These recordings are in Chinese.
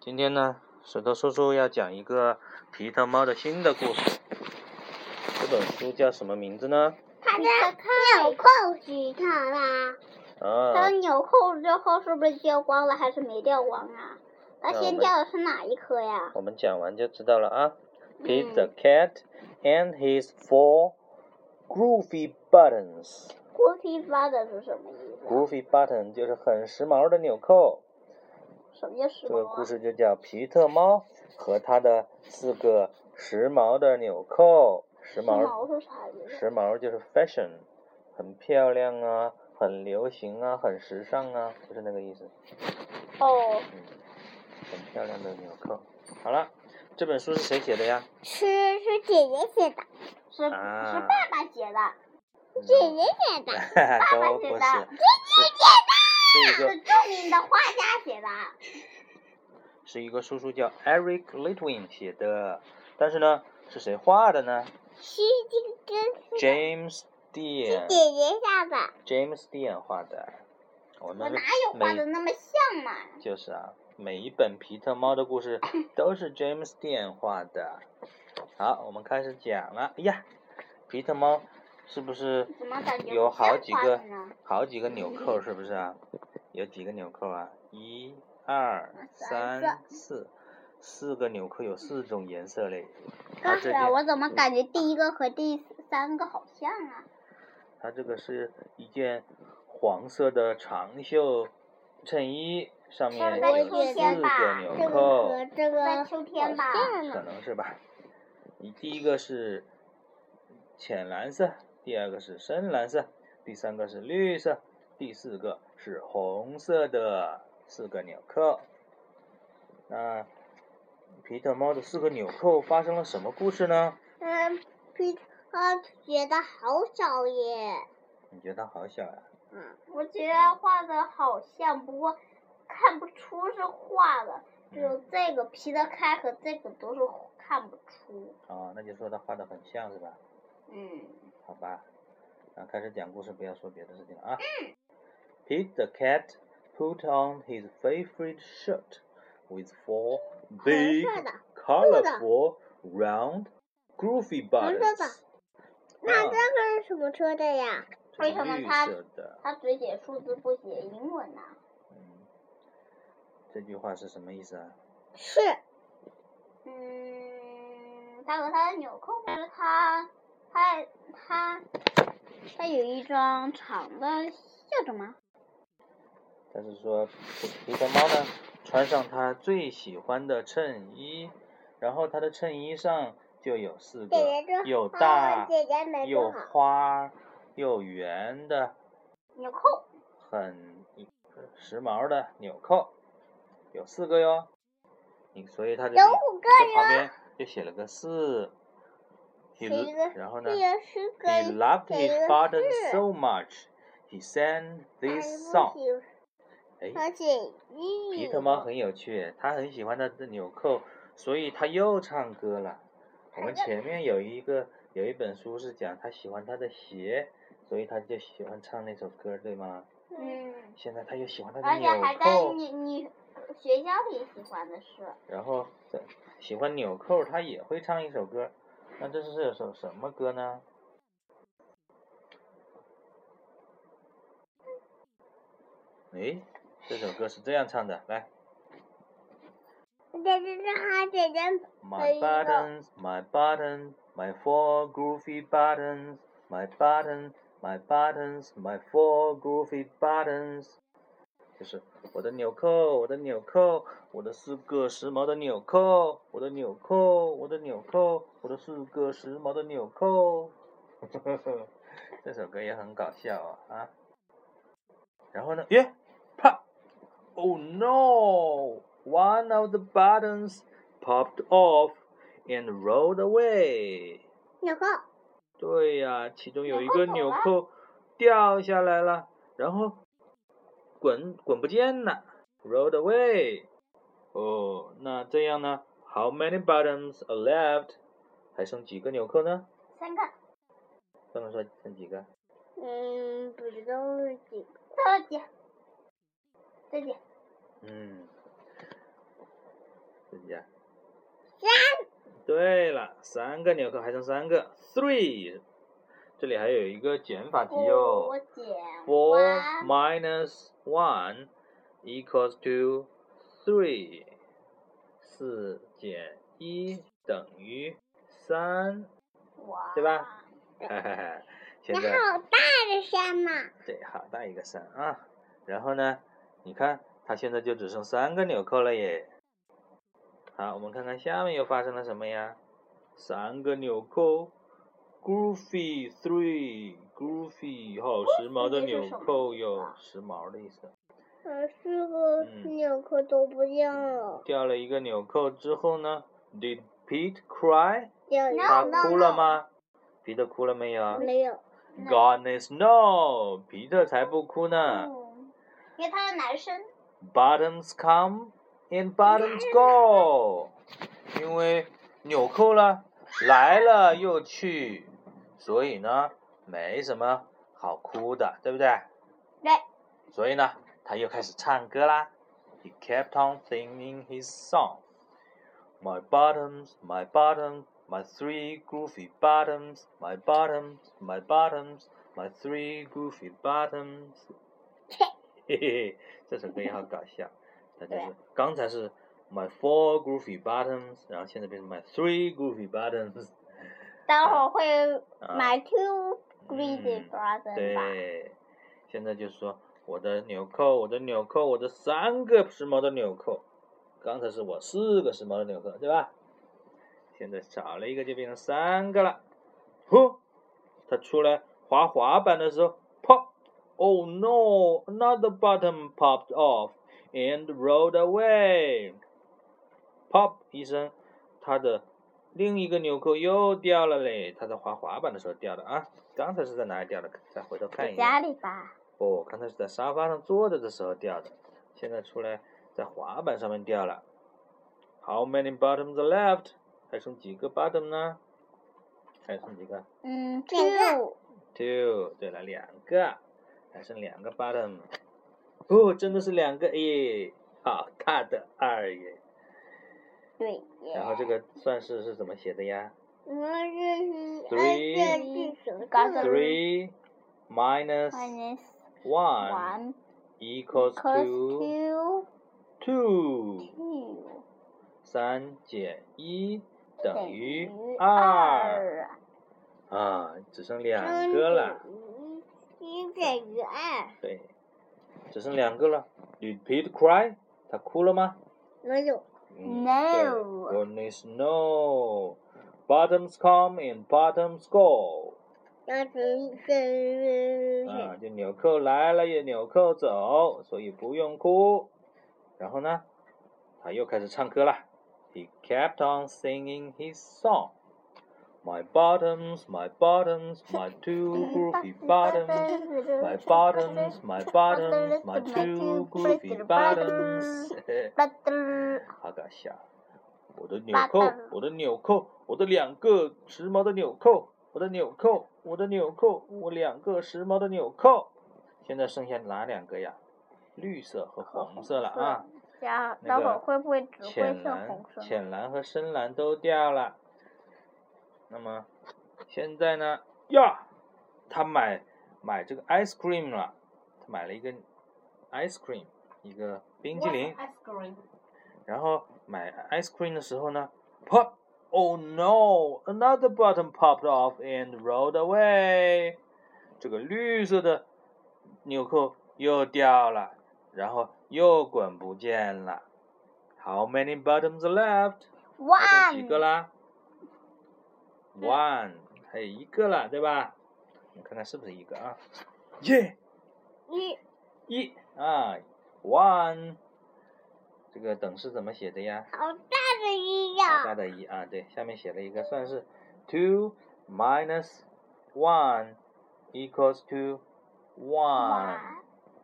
今天呢，石头叔叔要讲一个皮特猫的新的故事。这本书叫什么名字呢？它的纽扣洗掉啦，它啊的，纽扣最后是不是掉光了，还是没掉光啊？它呃先没掉的是哪一颗呀？我们讲完就知道了啊。Pete the 嗯 cat and his four groovy buttons。锅批发的是什么意思啊？ Groovy button 就是很时髦的纽扣。什么叫时这个髦故啊？事就叫皮特猫和他的四个时髦的纽扣。时时髦，髦啊是啥意思？时髦就是 fashion，很漂亮啊，很流行啊，很时尚啊，就是那个意思。哦，嗯，很漂亮的纽扣。好了，这本书是谁写的呀？是是姐姐写的，是、啊是爸爸写的，嗯姐姐写的，哈哈，爸都写不的是，是是一是个著名的画家写的。嗯是一个叔叔叫 Eric Litwin 写的，但是呢，是谁画的呢是这个是？James 姐 Dean，James 姐下的， Dean 画的。我我们哪有画的每那么像嘛？就是啊，每一本皮特猫的故 事都是 James Dean 画的。好，我们开始讲了。哎呀，皮特猫是不是怎么感觉有不像好几画个的呢好几个纽扣是不是啊？有几个纽扣啊？一、二、三三、四，四个纽扣有四种颜色嘞。它刚这才啊件，我怎么感觉第一个和第三个好像啊？它这个是一件黄色的长袖衬衣，上是面不是有秋四天个吧纽这个扣。和这个秋天吧可能是吧。你第一个是浅蓝色，第二个是深蓝色，第三个是绿色，第四个是红色的四个纽扣。那皮特猫的四个纽扣发生了什么故事呢？嗯，比他觉得好小耶。你觉得它好小呀、嗯，我觉得画的好像，不过看不出是画的，只有这个皮的开和这个都是看不出。啊？哦，那就说它画的很像是吧？嗯，好吧，啊，开始讲故事，不要说别的事情了啊。Pete the cat put on his favorite shirt with four 红 big, 色呃的， colorful, round, groovy 红色 buttons 的啊。那这个是什么车的呀？这是为什么绿它色的？他只写数字不写英文呐、嗯，这句话是什么意思啊？是嗯，他和他的纽扣不是他，他他他有一张长的袖子吗？他是说皮皮特猫呢，穿上他最喜欢的衬衣，然后他的衬衣上就有四个姐姐这有画大。哦啊姐姐没又做好，花儿又圆的，纽扣，很时髦的纽扣，有四个哟。你所以它这里有五个哎这旁哟，边就写了个四。He 写一个然后呢这个是个？He loved 写一 his 个 button 是 so much, he sang 哎 this 不 song。行哎，而且皮特猫很有趣，他很喜欢他的纽扣，所以他又唱歌了。我哎们前面有一个有一本书是讲他喜欢他的鞋，所以他就喜欢唱那首歌，对吗？嗯，嗯，现在他又喜欢他的而且纽还在扣，你你学校里喜欢的事，然后这喜欢纽扣，他也会唱一首歌。那这是首什么歌呢？诶，这首歌是这样唱的，来。姐姐这画姐姐 My 一个 buttons, my buttons, my four groovy buttons, my buttons, my buttons, my four groovy buttons。就是我的纽扣，我的纽扣，我的四个时髦的纽扣，我的纽扣，我的纽扣，我的四个时髦的纽扣。 这首歌也很搞笑啊啊！然后呢？耶，啪！Oh no! One of the buttons popped off and rolled away。纽扣，对呀、其中有一纽扣个走纽了扣掉下来了，然后滚滚不见了，rolled away。哦，那这样呢？How many buttons are left？还剩几个纽扣呢？三个，刚刚说剩几个？嗯，不知道是几个，这姐，这姐，嗯，呀、三对了，三个纽扣还剩三个，three。这里还有一个减法题哟、我减 Four 完 minus one equals to three。四减一等于三， 哇，对吧？哈哈哈。现在那好大的山呐！对，好大一个三啊！然后呢，你看它现在就只剩三个纽扣了耶。好，我们看看下面又发生了什么呀？三个纽扣，Goofy three，Goofy 好哦时髦的 Goofy 是纽什么扣意思哟啊，时髦的意思。老师，我嗯纽扣都不哦见了。掉了一个纽扣之后呢，Did Pete cry？有一 No, 他 no, 哭了 no. 吗？彼得哭了没有个没有？那 g o d n e s s no，彼得才不哭呢。嗯，因为他是男生， Bottoms come and bottoms go，因为纽扣了来了又去，所以呢没什么好哭的，对不对？对。所以呢，他又开始唱歌啦。He kept on singing his song. My bottoms, my bottoms, my three goofy bottoms, my bottoms, my bottoms, my three goofy bottoms. 嘿嘿嘿，这首歌也好搞笑。它就是刚才是 my four goofy bottoms，然后现在变成 my three goofy bottoms。待会儿会啊买 two greedy 嗯 brother 吧。对，现在就说我的纽扣，我的纽扣，我的三个时髦的纽扣，刚才是我四个时髦的纽扣，对吧？现在少了一个就变成三个了。呼，他出来滑滑板的时候，pop。Oh no! Another button popped off and rolled away. Pop 一声，他的另一个纽扣又掉了嘞。他在滑滑板的时候掉的啊。刚才是在哪里掉的？再回头看在一家眼。里吧。不、刚才是在沙发上坐着的时候掉的，现在出来在滑板上面掉了。How many bottoms are left？还剩几个 bottom 呢？还剩几个？嗯两个，two。 two，对了，两个，还剩两个 bottom，哦，真的是两个耶，好大的二耶。对耶。然后这个算式是怎么写的呀我这是， Three 哎这是什么刚才字？Three 嗯 minus minus one one equals cos to two two， two 三减一等于于二啊，只剩两个了，嗯一等于二，对，只剩两个了。Did Pete cry？他哭了吗？没有。嗯 No. 对 One is no. Bottoms come and bottoms go. 要等等啊，就纽扣来了也纽扣走，所以不用哭。然后呢，他又开始唱歌了。He kept on singing his song. My bottoms, my bottoms, my two groovy bottoms. My bottoms, my bottoms, my two groovy bottoms. ，butter 好搞笑！我的纽扣，我的纽扣，我的两个时髦的纽扣，我的纽扣，我的纽扣，我两个时髦的纽扣。现在剩下哪两个呀？绿色和红色了啊！加，那待会儿个会不会只会浅是蓝红、色？浅蓝和深蓝都掉了。那么现在呢？呀，他买买这个 ice cream 了，他买了一个 ice cream，一个冰激凌。然后买 ice cream 的时候呢，pop。Oh no! Another button popped off and rolled away. 这个绿色的纽扣又掉了，然后又滚不见了。How many buttons are left？还剩几个 One 啦？One，还有一个了，对吧？我们看看是不是一个啊？耶、一一啊，one，这个等式怎么写的呀？好大的一好大呀！的一啊，对，下面写了一个算式，two minus one equals to one。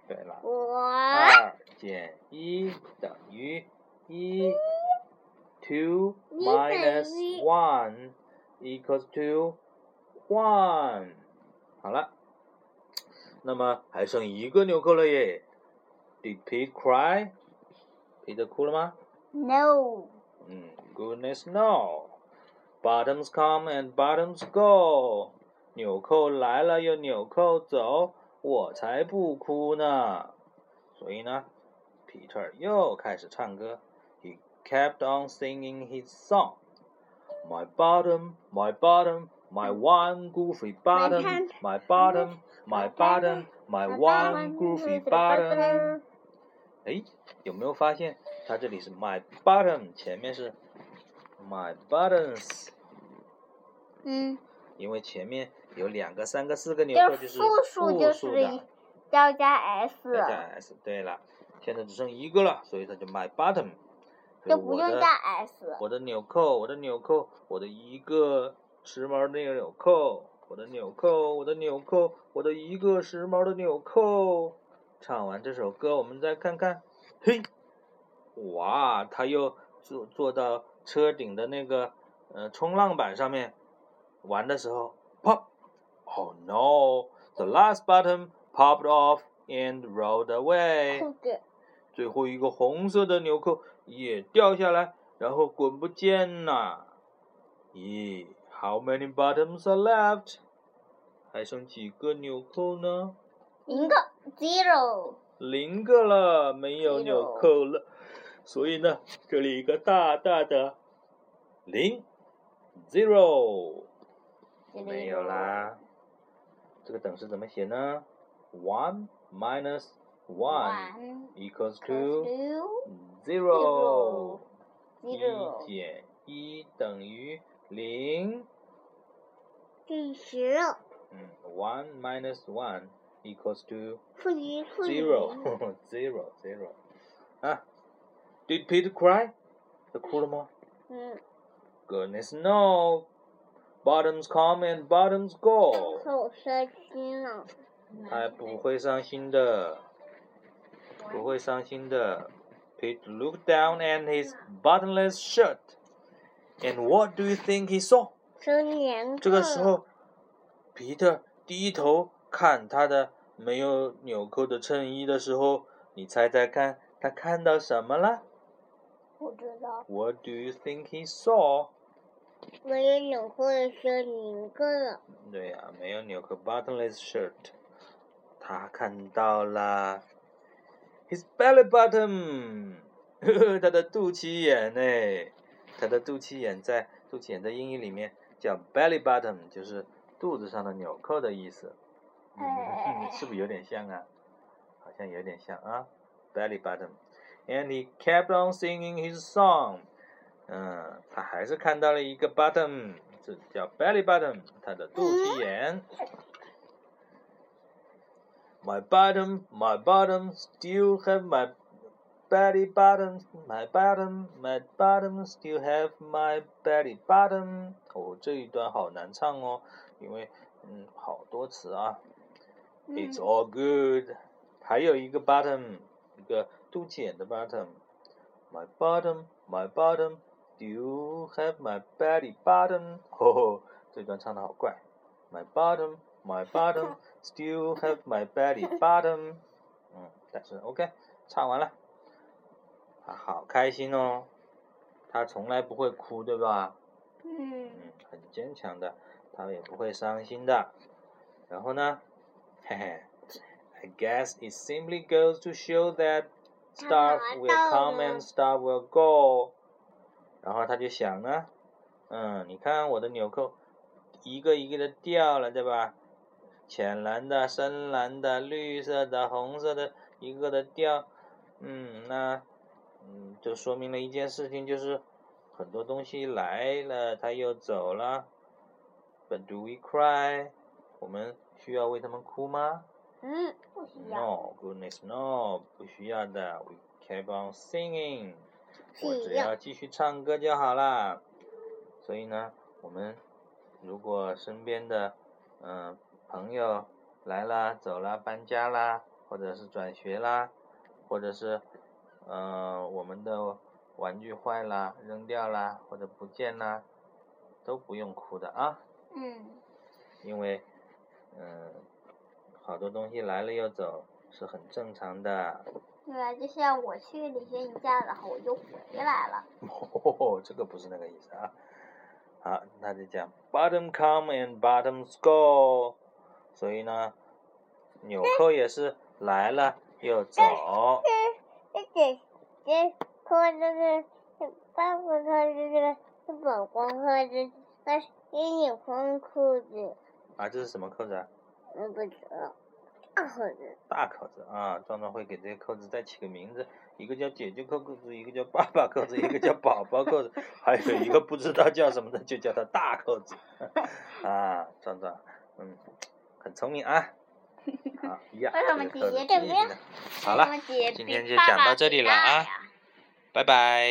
对啊了，我二减一等于一，two 一等于 minus one equals to one。好了，那么还剩一个纽扣了耶。Did Pete cry？彼得哭了吗？ No 嗯，Goodness Mm, no。Bottoms come and bottoms go。纽扣来了又纽扣走，我才不哭呢。所以呢，皮特儿又开始唱歌。He kept on singing his song. My bottom, my bottom, my one goofy bottom, my bottom, my bottom, my one goofy bottom。哎，有没有发现它这里是 my bottom，前面是 my buttons，嗯，因为前面有两个、三个、四个纽扣，就是是复数就复是数一的，要加 s，再加 s。对了，现在只剩一个了，所以它就 my bottom。就不用加 s。我的纽扣，我的纽扣，我的一个时髦的纽扣，我的纽扣，我的纽扣，我的一个时髦的纽扣。唱完这首歌，我们再看看，嘿，哇，他又坐坐到车顶的那个呃冲浪板上面玩的时候，pop。Oh no! The last button popped off and rolled away. 裤子，最后一个红色的纽扣也掉下来，然后滚不见了。咦，How many buttons are left？还剩几个纽扣呢？一个 zero，零个了，没有 Zero 纽扣了。所以呢，这里一个大大的零，zero，没有。啦。这个等式怎么写呢？One minus one One equals to two zero。一 zero，减一等于零。第十，嗯，one minus one equals to 裤子，裤子， zero zero zero。啊，Did Peter cry？他哭了吗嗯， ？Goodness no。Bottoms come and bottoms 我 go。好伤心了，他不会伤心的，不会伤心的。Pete looked down at his buttonless shirt, and what do you think he saw? 生年这个时候，皮特低头看他的没有纽扣的衬衣的时候，你猜猜看，他看到什么了不知道。 ？What do you think he saw？没有纽扣的生年个了，对呀、没有纽扣，buttonless shirt。他看到了 his belly button，呵呵，他的肚脐眼呢？他的肚脐眼在肚脐眼在英语里面叫 belly button，就是肚子上的纽扣的意思。嗯，是不是有点像啊？好像有点像啊，belly button。And he kept on singing his song。嗯，他还是看到了一个 button，这叫 belly button，他的肚脐眼。My bottom, my bottom, still have my belly button, my bottom, my bottom, still have my belly button。哦，这一段好难唱哦，因为嗯好多词啊。It's all good。还有一个 bottom，一个肚脐眼的 bottom。My bottom, my bottom, do you have my belly button？吼吼，这段唱的好怪。My bottom, my bottom, still have my belly button。嗯，但是 OK，唱完了，他好开心哦。他从来不会哭，对吧？嗯，嗯，很坚强的，他也不会伤心的。然后呢，嘿嘿，I guess it simply goes to show that 他拿 stuff 到 will come 了 and stuff will go。然后他就想呢，嗯，你看我的纽扣一个一个的掉了，对吧？浅蓝的、深蓝的、绿色的、红色的，一个的掉，嗯，那，嗯，就说明了一件事情，就是很多东西来了，它又走了。But do we cry？我们需要为他们哭吗嗯，不需要。 ？No, goodness no，不需要的。We keep on singing，需要我只要继续唱歌就好啦。所以呢，我们如果身边的嗯、呃朋友来啦、走啦、搬家啦，或者是转学啦，或者是呃我们的玩具坏啦、扔掉啦或者不见啦，都不用哭的啊。嗯，因为，嗯，好多东西来了又走是很正常的。对啊，就像我去旅行一下，然后我就回来了，哦，这个不是那个意思啊。好，那就讲 bottom come and bottoms go，所以呢，纽扣也是来了又走。这这这喝这个，爸爸喝这个，宝宝喝这个，但是阴影红裤子，啊，这是什么扣子啊？我不知道，大口子，大扣子啊，壮壮会给这些扣子再起个名字，一个叫姐姐扣扣子，一个叫爸爸扣子，一个叫宝宝扣子，还有一个不知道叫什么的，就叫他大扣子。 啊，壮壮，嗯，很聪明啊。好，呀，为什么这个扣子姐姐这一边呢好了为什么姐姐今天比就爸讲爸到这啊比里了大啊呀拜拜。